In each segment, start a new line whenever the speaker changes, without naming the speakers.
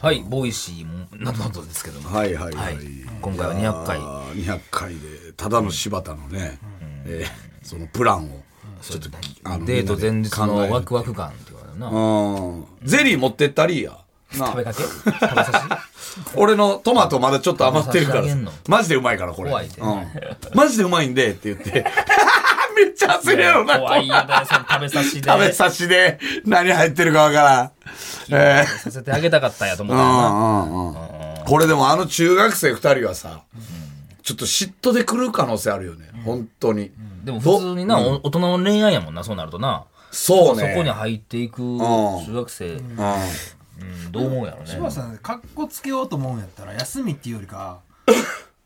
はい、ボイシーもなどなどですけども、
はいはいはい。
はい今回は200回
いやー。200回で、ただの柴田のね、えーそのプランを、ちょっと、あの
デート前日
みんなで考
のワクワク感っていうかな、
えてうん。ゼリー持ってったりや。な
食べかけ食べさ
俺のトマトまだちょっと余ってるから
差し上げんの
マジでうまいからこれ
怖いで
うん、マジでうまいんでって言って めっちゃ焦
せ
るやろな
怖いよだよその食べさしで
食べさしで何入ってるかわからんえー
させてあげたかったんやと思っ
う
たよな
う
ん
んうんこれでもあの中学生二人はさ、ちょっと嫉妬で来る可能性あるよね、本当に。
でも
ど
普通にな、お大人の恋愛やもんなそうなるとな
そう
そ
ね。
こに入っていく中学生、うんどう思うやろね、
柴田さんかっこつけようと思うんやったら休みっていうより か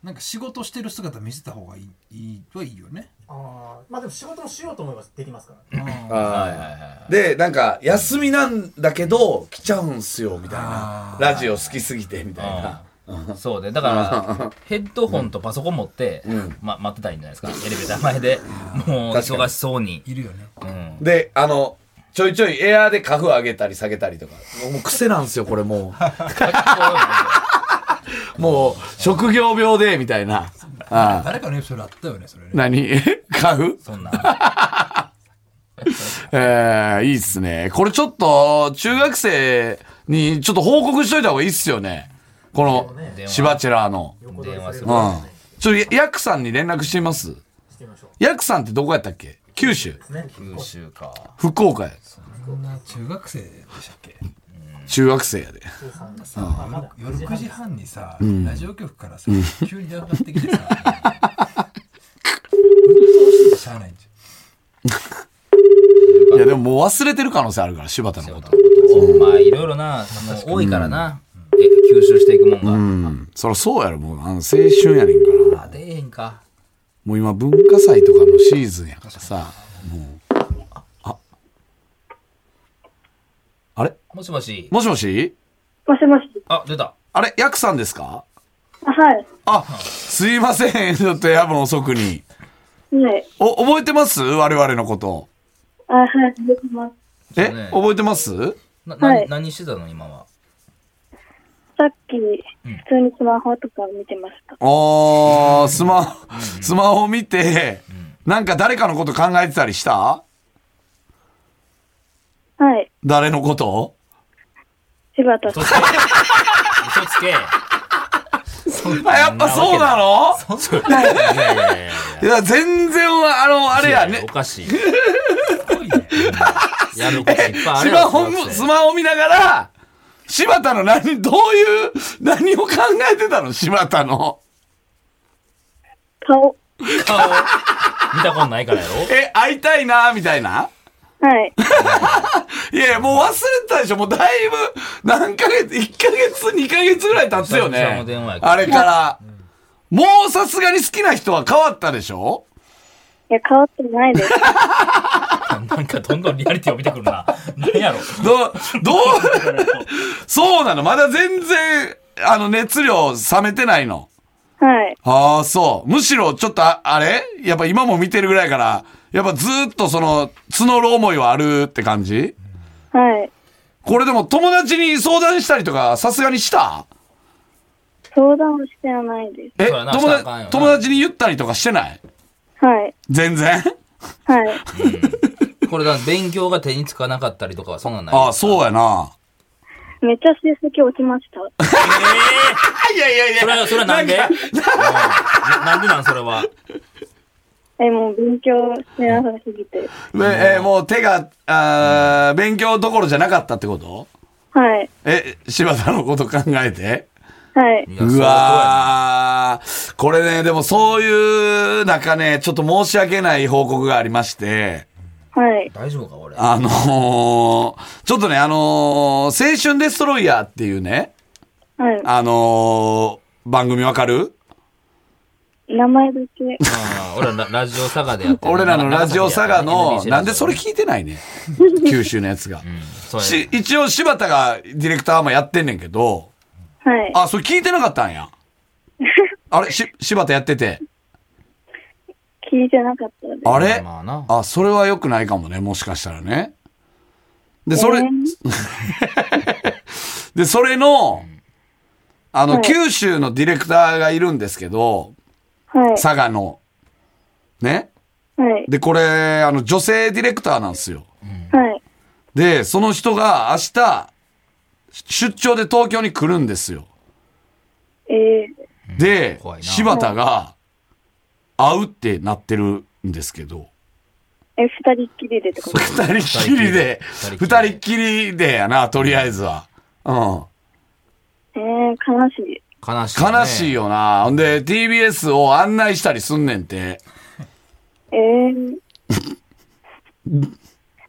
なんか仕事してる姿見せた方がいいいいはいいよね
あーまあでも仕事もしようと思えばできますから、
はいで、なんか、休みなんだけど、来ちゃうんすよ、みたいな。ラジオ好きすぎて、みたいな。
そうねだからヘッドホンとパソコン持って、ま、待ってたらいいんじゃないですかエレベーター前でもう
確かに
忙しそうに
いるよね
で、あの、ちょいちょいエアーでカフ上げたり下げたりとか。もう癖なんすよ、これも う。もう、職業病で、みたいな。ああ
誰かのエピソードあったよねそれね
何 カフ
そんな
ええいいっすね。これちょっと、中学生にちょっと報告しといた方がいいっすよね。この、シバチェラーの。うん。
電話する
ちょっと、ヤクさんに連絡してみます
してみましょ
ヤクさんってどこやったっけ九州
うね
空襲か
福岡や。
そんな中学生でしたっけ
中学生やで。
夜9時半にさ、ラジオ局からさ急に電話かかってき てさうっとうしいしゃあないんじ
いや、でももう忘れてる可能性あるから、柴田のこと。
まあいろいろなもう多いからな、え吸収していくもんが、
うん。そりゃそうやろ、もう。あの、青春やねんから。
あ出えへんか
もう今、文化祭とかのシーズンやからさ、もう。あ、あ、あれ
もしもし
もしもし
もしもし。
あ出た
あれヤクさんですか
あはい。
あ、すいません。ち ょっと夜分遅くに。
はい。
お、覚えてます我々のこと。
あはい。出てます。
え、
そうね
覚えてます
な、な
はい
何してたの今は
さっき、普通にスマホとか見てました。
あー、スマ、スマホ見て、なんか誰かのこと考えてたりした
はい。
誰のこと
柴田さ
嘘
ん。
つけ嘘つけ
あ、やっぱそうなの
そんなわけないいやいやいやいや
いや、全然、あの、あれや
いやいや
ね
お。かしい。やることいっぱいあ
ス
る
マ
やろ
ホも、スマホ見ながら、柴田の何、どういう、何を考えてたの柴田の。
顔。
顔見たことないからやろ
え、会いたいな、みたいな。
はい。
いやいや、もう忘れてたでしょもうだいぶ、何ヶ月、1ヶ月、2ヶ月ぐらい経つよ
久々の電話や
ね。
けど
あれから。もうさすがに好きな人は変わったでしょ
いや、変わってないです。
なんかどんどんリアリティを見てくるな。何やろ
ど、どう、そうなのまだ全然、あの、熱量冷めてないの。
はい。
ああ、そう。むしろ、ちょっとあ、あれやっぱ今も見てるぐらいから、やっぱずーっとその、募る思いはあるって感じ
はい。
これでも友達に相談したりとか、さすがにした
相談をしてはないで
え、
そうや
友
なしたらあかん
達、
よな
友達に言ったりとかしてない
す。はい。
全然
はい。
これだ、勉強が手につかなかったりとかはそんなんな い。
ああ、そうやな。
めっちゃ成績落ちました。
いやいやいや
それは、それはなんで
か
うんななんでなんそれは。
え、もう勉強してなさすぎて。
え、えもう手が、あー勉強どころじゃなかったってこと
はい。
え、柴田のこと考えて
はい。
いや
うわーこれね、でもそういう中ね、ちょっと申し訳ない報告がありまして、
はい。
大丈夫か俺。
あのー、ちょっとね、あのー青春デストロイヤーっていうね、
はい。
あのー番組わかる
名前だけ。
あー俺らラジオ佐賀でやってる
俺らのラジオ佐賀の、
長崎や
なんでそれ聞いてないね九州のやつが。
そうや
し一応柴田がディレクターもやってんねんけど、
はい。
あ、それ聞いてなかったん や。あれし、柴田やってて。
聞いてなかったです。
あれ
まあな
あ、それは良くないかもね、もしかしたらね。で、それ
え、ー
で、それの、あの、
はい
九州のディレクターがいるんですけど、
はい。
佐賀の。ね。
はい。
で、これ、あの、女性ディレクターなんですよ。
はい。
で、その人が明日、出張で東京に来るんですよ。
えー、
で
怖い、な
柴田が、会うってなってるんですけど、
え、二人っきりでってことです
二人っきりで二
二人っきり、で
人っきりでやな、とりあえずは。うん。
えー、悲しい。
悲しい、
悲しいよな。ほんで、TBS を案内したりすんねんて。
えー、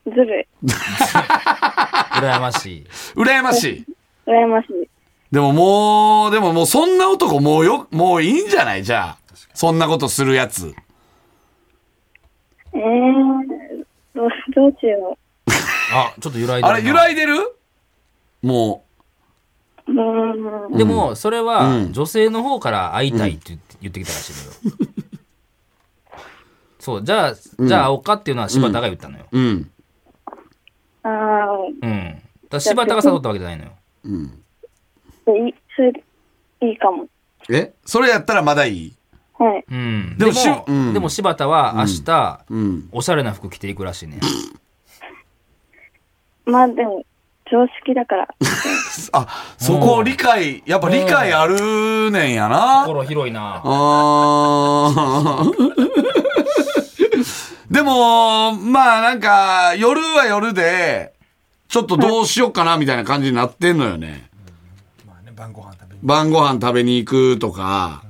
ずるい。
羨ましい
羨ましい。
羨ましい。
でももう、でももうそんな男もうよ、もういいんじゃないじゃあ。そんなことするやつ。
えー、どうどうしよ
あちょっと揺らいでるな
あれ、揺らいでるも
う。うーん。
でもそれ
う
は
ん
女性の方から会いたいって言って,、言ってきたらしいのよそうじゃあじゃあ会おうかっていうのは柴田が言ったのよ
う、うん。
ああ、
うん、だから柴田が誘ったわけじゃないのよ
でいい、それ、いいかも。
えそれやったらまだいい
はい。
うん、
で
で
も
も
しうん
でも柴田は明日、
うん。
おしゃれな服着ていくらしいね
まあでも、常識だから。
あ、そこ理解、やっぱ理解あるねんやな。
心広いな
あーでも、まあなんか、夜は夜で、ちょっとどうしようかなみたいな感じになってんのよね。
まあね、晩ご飯食べに。
晩ご飯食べに行くとか。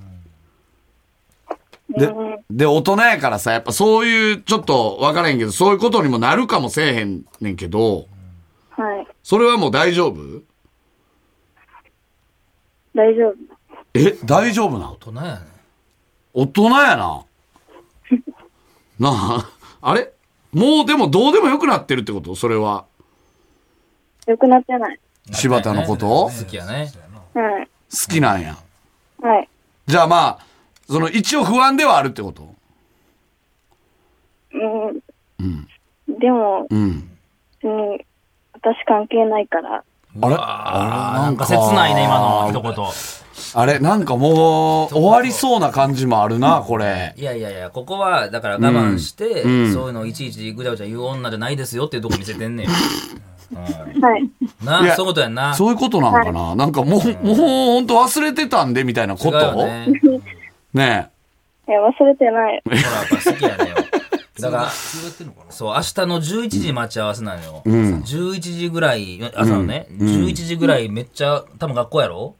で、で、大人やからさ、やっぱそういう、ちょっと分からへんけど、そういうことにもなるかもせえへんねんけど、
はい。
それはもう大丈夫
大丈夫。
え、大丈夫なの
大人やね
大人やな。なあ、あれもうでもどうでもよくなってるってことそれは。
良くなってない。
柴田のこと
好きやね
はい。
好きなんや。
はい。
じゃあまあ、その一応不安ではあるってこと
うん。でも、
うん。
別に、私関係ないから。
あれ
あーなんか切ないね今の一言
あれなんかもう終わりそうな感じもあるな、これ。
いやいやいやここはだから我慢して、
ん
そういうのをいちいちぐちゃぐちゃ言う女じゃないですよっていうとこ見せ てんねん
はい。
ない
や
あそういうことやんな
そういうことなのかななんかもう、もうほんと忘れてたんでみたいなこ
違うよ
と
ね
ね
え、忘れてない。
ほらやっぱ好きやねよだから
通がやってんのかな
そう、明日の11時待ち合わせなのよ。11時ぐらい、朝のね、11時ぐらいめっちゃ、多分学校やろ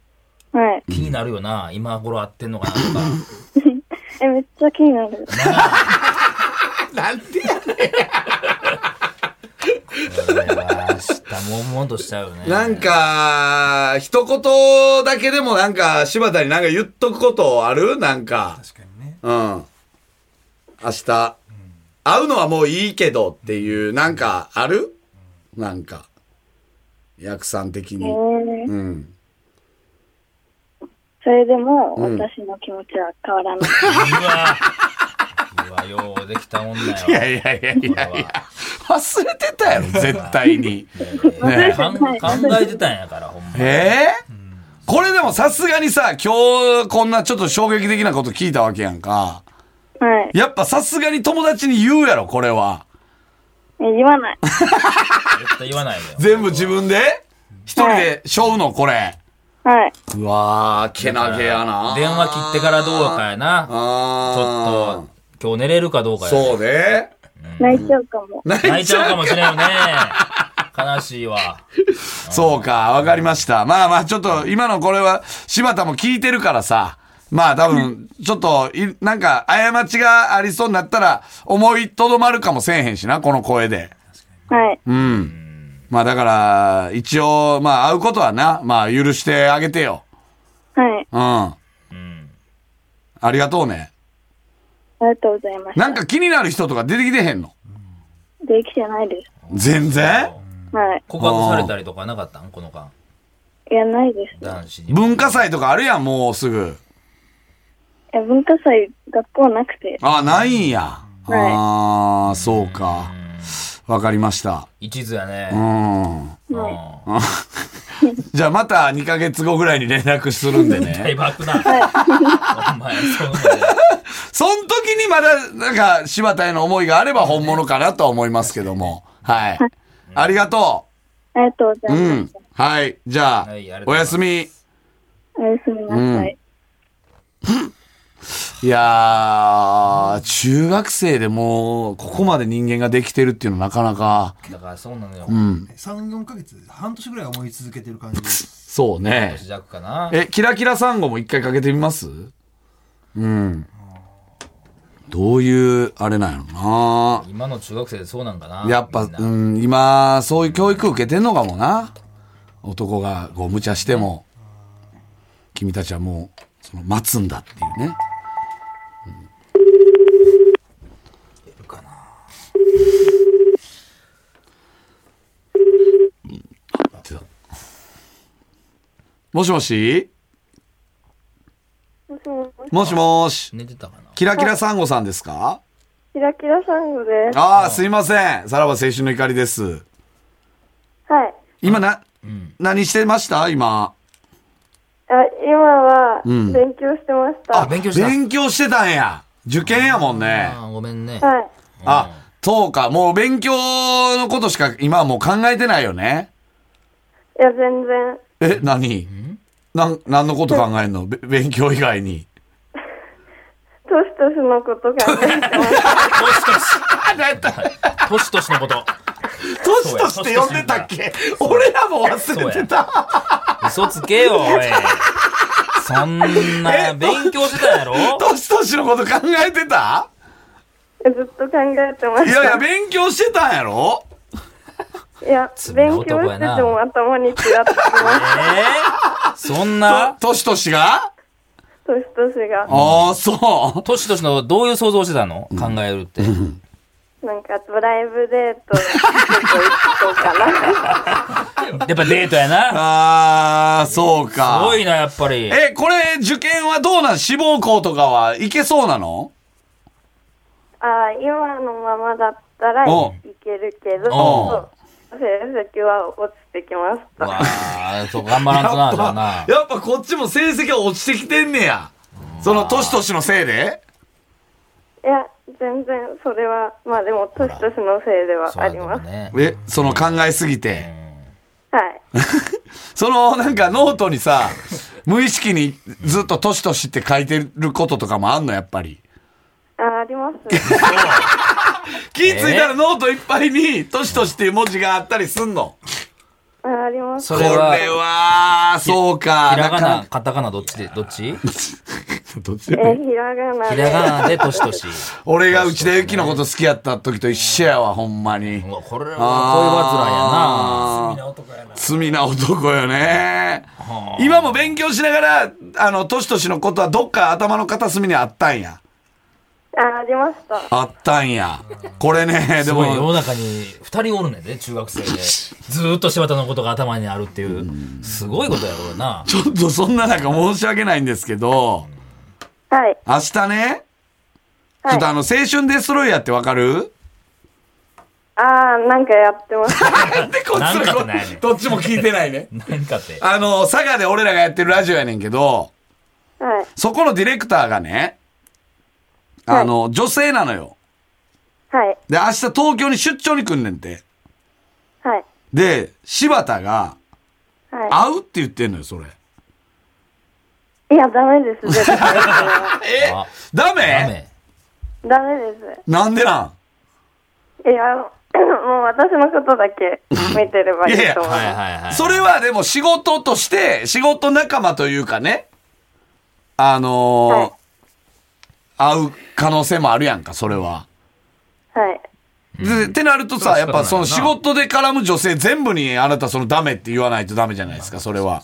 はい。
気になるよな、今頃会ってんのかなとか。
え、めっちゃ気になる。
え。なんて
明日、もんもんとしちゃうよね。
なんか、一言だけでもなんか、柴田になんか言っとくことあるなんか。
確かにね。
うん。明日、会うのはもういいけどっていう、なんかあるなんか、役さん的
え
に。
ー、
うん。
それでも、
うん
私の気持ちは変わらない。
うわ、ようできた女よ。
いやいやいやいやいや、忘れてたやろ、絶対に。ね
かん考えてたんやから、ほんま。
ええこれでもさすがにさ、今日こんなちょっと衝撃的なこと聞いたわけやんか。
はい。
やっぱさすがに友達に言うやろ、これは。
え、言わない。
絶対言わないでよ。
全部自分で一人でしょうの、これ。
はい。
うわー、けなげやな。
電話切ってからどうかやな。ち
あ
ょっと、今日寝れるかどうかやね。
そうね。
泣いちゃうかも。
泣いちゃうかもしれんよね。悲しいわ。
そうか、わかりました。まあまあ、ちょっと、今のこれは、柴田も聞いてるからさ、まあ多分、ちょっとい、なんか、過ちがありそうになったら、思いとどまるかもせえへんしな、この声で。
はい。
うん。まあだから、一応、まあ会うことはな、まあ許してあげてよ。
はい。
うん。ありがとうね。
ありがとうございました。
なんか気になる人とか出てきてへんの
できてないで
全然
す。はい。
告白されたりとかなかったんこの間。
いや、ないです。
男子に。
文化祭とかあるやん、もうすぐ。
え、文化祭、学校なくて。
あ、ないんや。
はい
ああ、そうか。わかりました。
一途や
う
ね。
ん。
はい。
うん
じゃあまた2ヶ月後ぐらいに連絡するん で
だい
ね。
ぶ開くな。 お前、そうまで
その時にまだ、なんか、柴田への思いがあれば本物かなとは思いますけども。はい。ありがと
ありがとうご
う。
ざ
う
いま
ん
す。。
はい。じゃあ
はいありがとう、ご
おや
ざいます
すみ。
おやすみなさい。
いやー、中学生でもう、ここまで人間ができてるっていうのはなかなか、
だからそうなのよ。
34か月半年ぐらいは思い続けてる感じです
そうね。
年弱かな。
え、キラキラサンゴも一回かけてみますうん。どういう、あれなんやろ
今の中学生でそうなんかな。
な。やっぱ、
みんな
うん、今、そういう教育受けてんのかもな。男が、こう、無茶しても、君たちはもう、その、待つんだっていうね。うんもしもし
もしもし
もしもし。
寝てたかな。
キラキラサンゴさんですか
キラキラサンゴです。
ああ、すいません。さらば青春の怒りです。
はい。
今な、
うん。
何してました今。
あ今は
ん
勉強してました。
勉強してた
勉強してたんや。受験やもんね。
あーごめんね。
はい。
あ、そうか。もう勉強のことしか今はもう考えてないよね。
いや、全然。
え、何なん、何のこと考えんのべ勉強以外に。
年と年のこと考えてます。
としとしのこと。
年として呼んでたっけ俺らも忘れてた。
嘘つけよ、 おい。そんな、勉強してたんやろ
年としのこと考えてた
ずっと考えてま
い
し
やい
た。
や、勉強してたんやろ
いや、
罪な
勉強
男
し
や
て
な
ても頭にちらっときま
え
す。
ーそんな、
年としが
年と年が。
ああ、そう。
としとしのどういう想像してたの考えるって。
なんかドライブデート、ちょっと行こう か
やっぱ
な。
デートやな。
あー、そう
す
か。
ごいな、やっぱり。
え、これ、受験はどうなん志望校とかはいけそうなの
あー今のままだったら
お
いけるけど、そう成績は落ちてきました。
わあ、そう、頑張らんとな、じゃあな。
やっぱこっちも成績が落ちてきてんねや。その、年々のせいで
いや、全然それは、まあでも、年と年のせいでは
そう
あ
や
り
け
ま
ど
す。
ね。
え、その考えすぎ
う
て。
ん
はい。
その、なんかノートにさ、 無意識にずっと年々って書いてることとかもあんの、やっぱり。
あー、あります。
気ぃついたらノートいっぱいに、年々っていう文字があったりすんの。
あー、あります。
そ
これ
れは、
は、そうか。
ひらが
な
な、カタカナどっちで、どっち
かどっち
え
でもいい
ひらがな
ひ
で。
らがなでとしとし。
俺が内田有紀のこと好きやった時と一緒やわ、ほんまに。
うわこれは、恋
あ
煩いやな。
ー
男やな
罪な男よね。今も勉強しながら、あの、年々のことはどっか頭の片隅にあったんや。
あー、ありました。
あったんや。これね、です
ごい世の
も、
中に二人おるねんで、中学生 で。ずーっと柴田のことが頭にあるっていう、すごいことやろうな。
ちょっとそんな中申し訳ないんですけど、
はい。
明日ね、
はい
ちょっとあの、青春デストロイヤーってわかる
あー、なんかやってます。
なんでこいつ
なん
ら
か
こ
ってなんやねん
どっちも聞いてないね。
何かって。
あの、佐賀で俺らがやってるラジオやねんけど、
はい。
そこのディレクターがね、あの、女性なのよ。
はい。
で、明日東京に出張に来んねんて。
はい。
で、柴田が、
は
会うって言ってんのよ、それ。
い。いや、ダメです。絶 対。
え
あ
ダメ
ダメ。
ダメで
なんでなん
す。いや、もう私のことだけ見てればいいと思い
はい
ます。
はいはい。
それはでも仕事として、仕事仲間というかね、あのー会う可能性もあるやんか、それは。
はい。
で、ってなるとさ、
それ
や
は
っ
仕方ない
ぱその
な
仕事で絡む女性全部にあなたそのダメって言わないとダメじゃないですか、それは。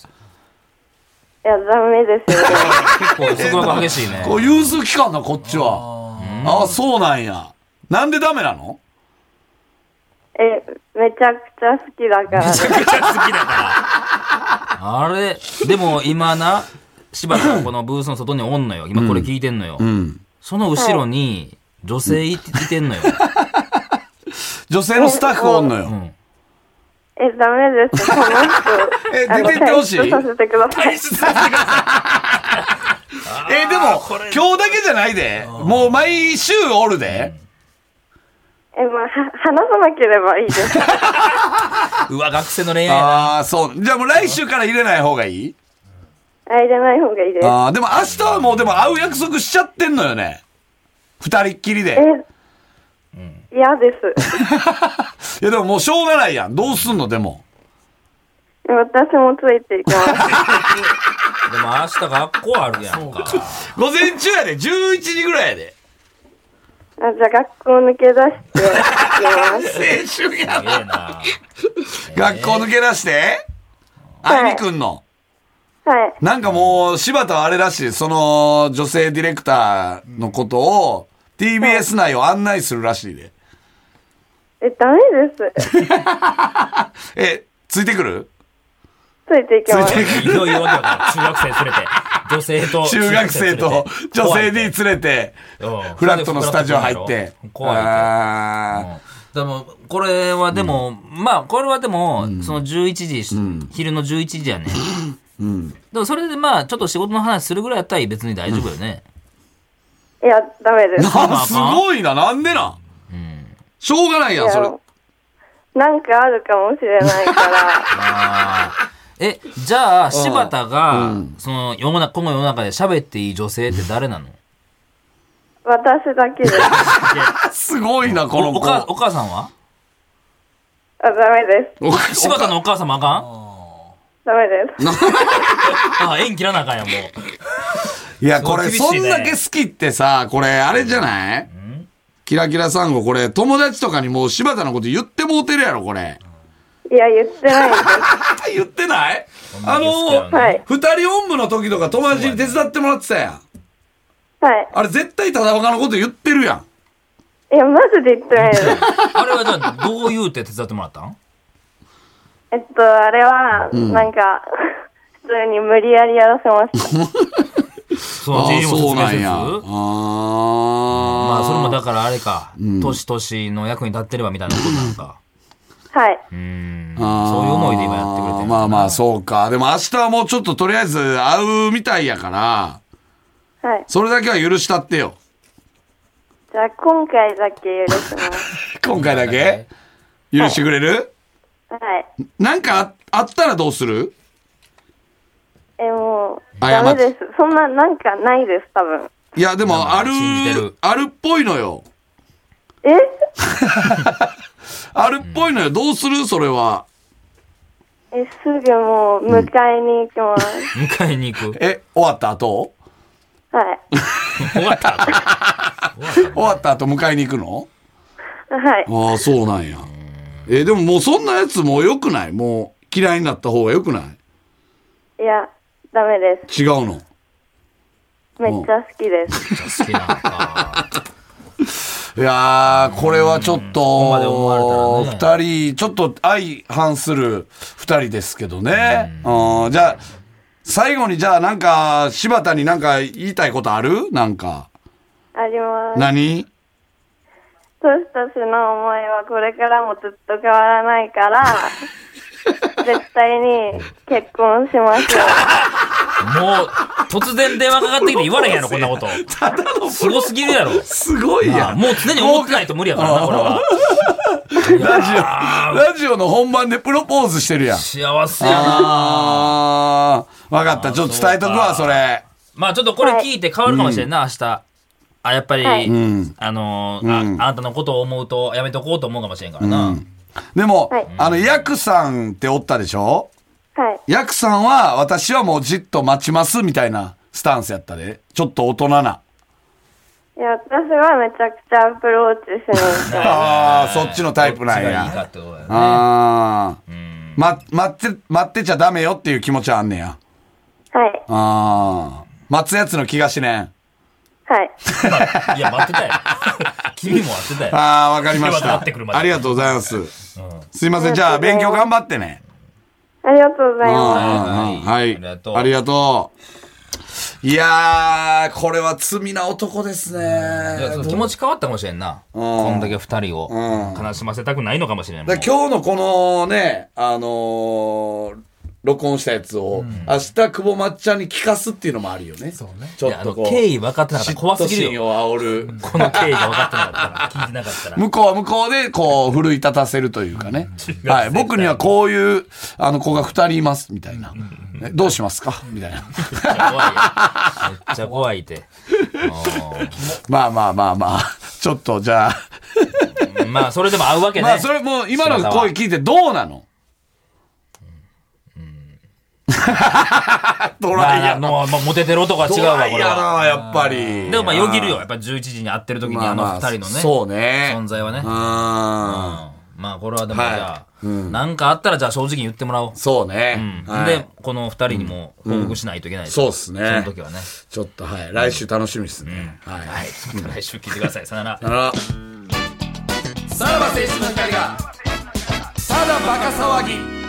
いや、ダメですよ。
結構、そこが激しいね。
こう、融通機関な、こっちは。ああ、そうなんや。なんでダメなの
え、めちゃくちゃ好きだ からで
め
す。
ちゃくちゃ好きだから。 あれ、でも今な、柴田がこのブースの外におんのよ。今これ聞いてんのよ。
うん。
その後ろに、女性いていてんのよ。
女性のスタッフおんの
う
よ。
ん。
え、ダメです。この人
え、
あの
出てってほしい
退出させてください。
え、でも、今日だけじゃないで。もう毎週おるで。
え、まあ、は話さなければいいです。
うわ、学生の恋愛やな。
ああ、そう。じゃあもう来週から入れない方がいい
あれじゃない方がいいです。
ああ、でも明日はもうでも会う約束しちゃってんのよね。二人っきりで。
え、嫌です。
いやでももうしょうがないやん。どうすんのでも。
私もついていき ます。
でも明日学校あるやんか。
午前中やで。11時ぐらいやで。
あじゃあ学校抜け出していきます。
青春や
ええな。
学校抜け出して、
はい
あいみくんの。
はい。
なんかもう、柴田はあれらしい。その、女性ディレクターのことを、TBS 内を案内するらしいで。
え、ダメです。
え、ついてくる
ついていきま
つい
す
て。
いよいよわけわからん中学生連れて、女性と。
中学生と女性 D 連れて、
うん
フラットのスタジオ入って。
怖いって
あ
でも、これはでも、まあ、これはでも、その11時、昼の11時 やね。でも、それでまあ、ちょっと仕事の話するぐらいやったら別に大丈夫よね。
いや、ダメです。
ーあ、すごいな。なんでなん
うん。
しょうがないやん、それ。
なんかあるかもしれない から、
ああ。 え、じゃあ、柴田が、その、世の中、今後世の中で喋っていい女性って誰なの
私だけです。あ、
すごいな、この
おお
子。
母お母さんは
ダメです。
おか
柴田のお母さんもあかん
ダメです。
あ、縁切らなあかんやん、もう。
いや、これ、
厳し
そ
いね
んだけ好きってさ、これ、あれじゃないキラキラさんご、これ、友達とかにもう柴田のこと言ってもうてるやろ、これ。
いや、言ってないです。
言ってないあ
そうです
の、
か
はい。
二人おんぶの時とか友達に手伝ってもらってたやん。
はい。
あれ、絶対ただ岡のこと言ってるやん。
いや、マジで言っ てないです。
あれはじゃあ、どう言うて手伝ってもらったん
えっと、あれは、なんか、普通に無理やりやらせました。
その
あー
GG も説明せず
あー
まあそれもだからあれか、年々の役に立ってればみたいなことなんか。
はい。
うーん。
あー
そういう思いで今やってくれてる。
まあまあ、そうか。でも明日はもうちょっととりあえず会うみたいやから、
はい。
それだけは許したってよ。
じゃあ、今回だけ許します。
今回だけ許してくれる
はい。
なんかああったらどうする
え、もう、
謝っ
ダメです。そんな、なんかないです、多分。
いや、で
いやま
も
あ
ある
信じてる、
あるっぽいのよ。
え
あるっぽいのよ。どうするそれは。
え、すぐもう、迎えに行きます。
迎えに行く。
え、終わった後
はい。
終わった。
終わった後迎えに行くの
はい。
ああ、そうなんや。え、でももうそんなやつもう良くないもう嫌いになった方が良くない
いや、ダメです。
違うの。
めっちゃ好きです。
好きなのか。
いやー、これはちょっ
まで思われた
と、二、
ら
人、ちょっと相反する二人ですけどね。うん、じゃあ、最後にじゃあなんか、柴田になんか言いたいことあるなんか。
あります。
何
私たちの思いはこれからもずっと変わらないから、絶対に結婚しましょう。
もう、突然電話かかってきて言われへんやろ、こんなこと。
ただの
すごすぎるやろ。
すごい
ああ
やん。
もう常に思ってないと無理やからな、これは。
ラジオ、ラジオの本番でプロポーズしてるやん。
幸せやな。
あー、わかった。ちょっと伝えとくわ、それ。
まあちょっとこれ聞いて変わるかもしれんな、明日。あ、やっぱり、
はい
ん
あのーあ、
うん
あんたのことを思うと、やめとこうと思うかもしれんからな。
でも、
はい
あの、ヤクさんっておったでしょ
はい。
ヤクさんは、私はもうじっと待ちます、みたいなスタンスやったで。ちょっと大人な。
いや、私はめちゃくちゃアプローチしに行きま
ああ、そっちのタイプなん
どっちがいいか
や。
ってことだよね。
ああ、ま、待って、待ってちゃダメよっていう気持ちはあんねや。
す。はい。
ああ、待つやつの気がしねん。
は
い
い。
や、待っ てたよ。君も待ってたよ。
ああ、わかりまし
柴田
た。
会ってくるまで
ありがとうございます。すいません、じゃあ勉強頑張ってね。
ありがとうござ
あ
います。
ー
は
はいい。
ありがとう
ありがとう。いやー、これは罪な男です
いやそ
ね
の。気持ち変わったかもしれんな。こんだけ二人を悲しませたくないのかもしれん。も
だ
う
から今日のこのね、あのー録音したやつを、明日、久保抹茶に聞かすっていうのもあるよね。
そうね
ちょ
いや
っ
あ
と
の
こう。
経緯分かってなかったら怖すぎ
嫉
るよ。
妬心を煽る。
この経緯が分かってなかったら、聞いてなかったら。
向こうは向こうで、こう、奮い立たせるというかね。はい。僕にはこういう、あの、子が二人います、みたいな。ねどうしますかみたいな。
めっちゃ怖いよめっちゃ怖いって。
まあまあまあまあ。ちょっと、じゃあ。
うんまあ、それでも会うわけね。
まあ、それもう、今の声聞いてどうなのド
ま
ラ
あ
イヤーの。
もう、もうモテてる男は違
ド
うわ、
ラ
こ
イ
れ
ヤー
は。
な、やっぱり。
でも、まあ、よぎるよ。やっぱ11時に会ってる時に、あの二人のね、
そうね。
存在はね。
う
うん
ん。
まあ、これはでも、じ
はい
ゃあ、なんかあったら、じゃあ正直に言ってもらおう。
そう
うん
ね。はい
で、この二人にも報告しないといけないです
そうっすね
その時はね。
ちょっと、はい。来週楽しみですね。はい。
はい。また来週聞いてください。さよなら。
さよなら。さらば青春の光が、ただバカ騒ぎ。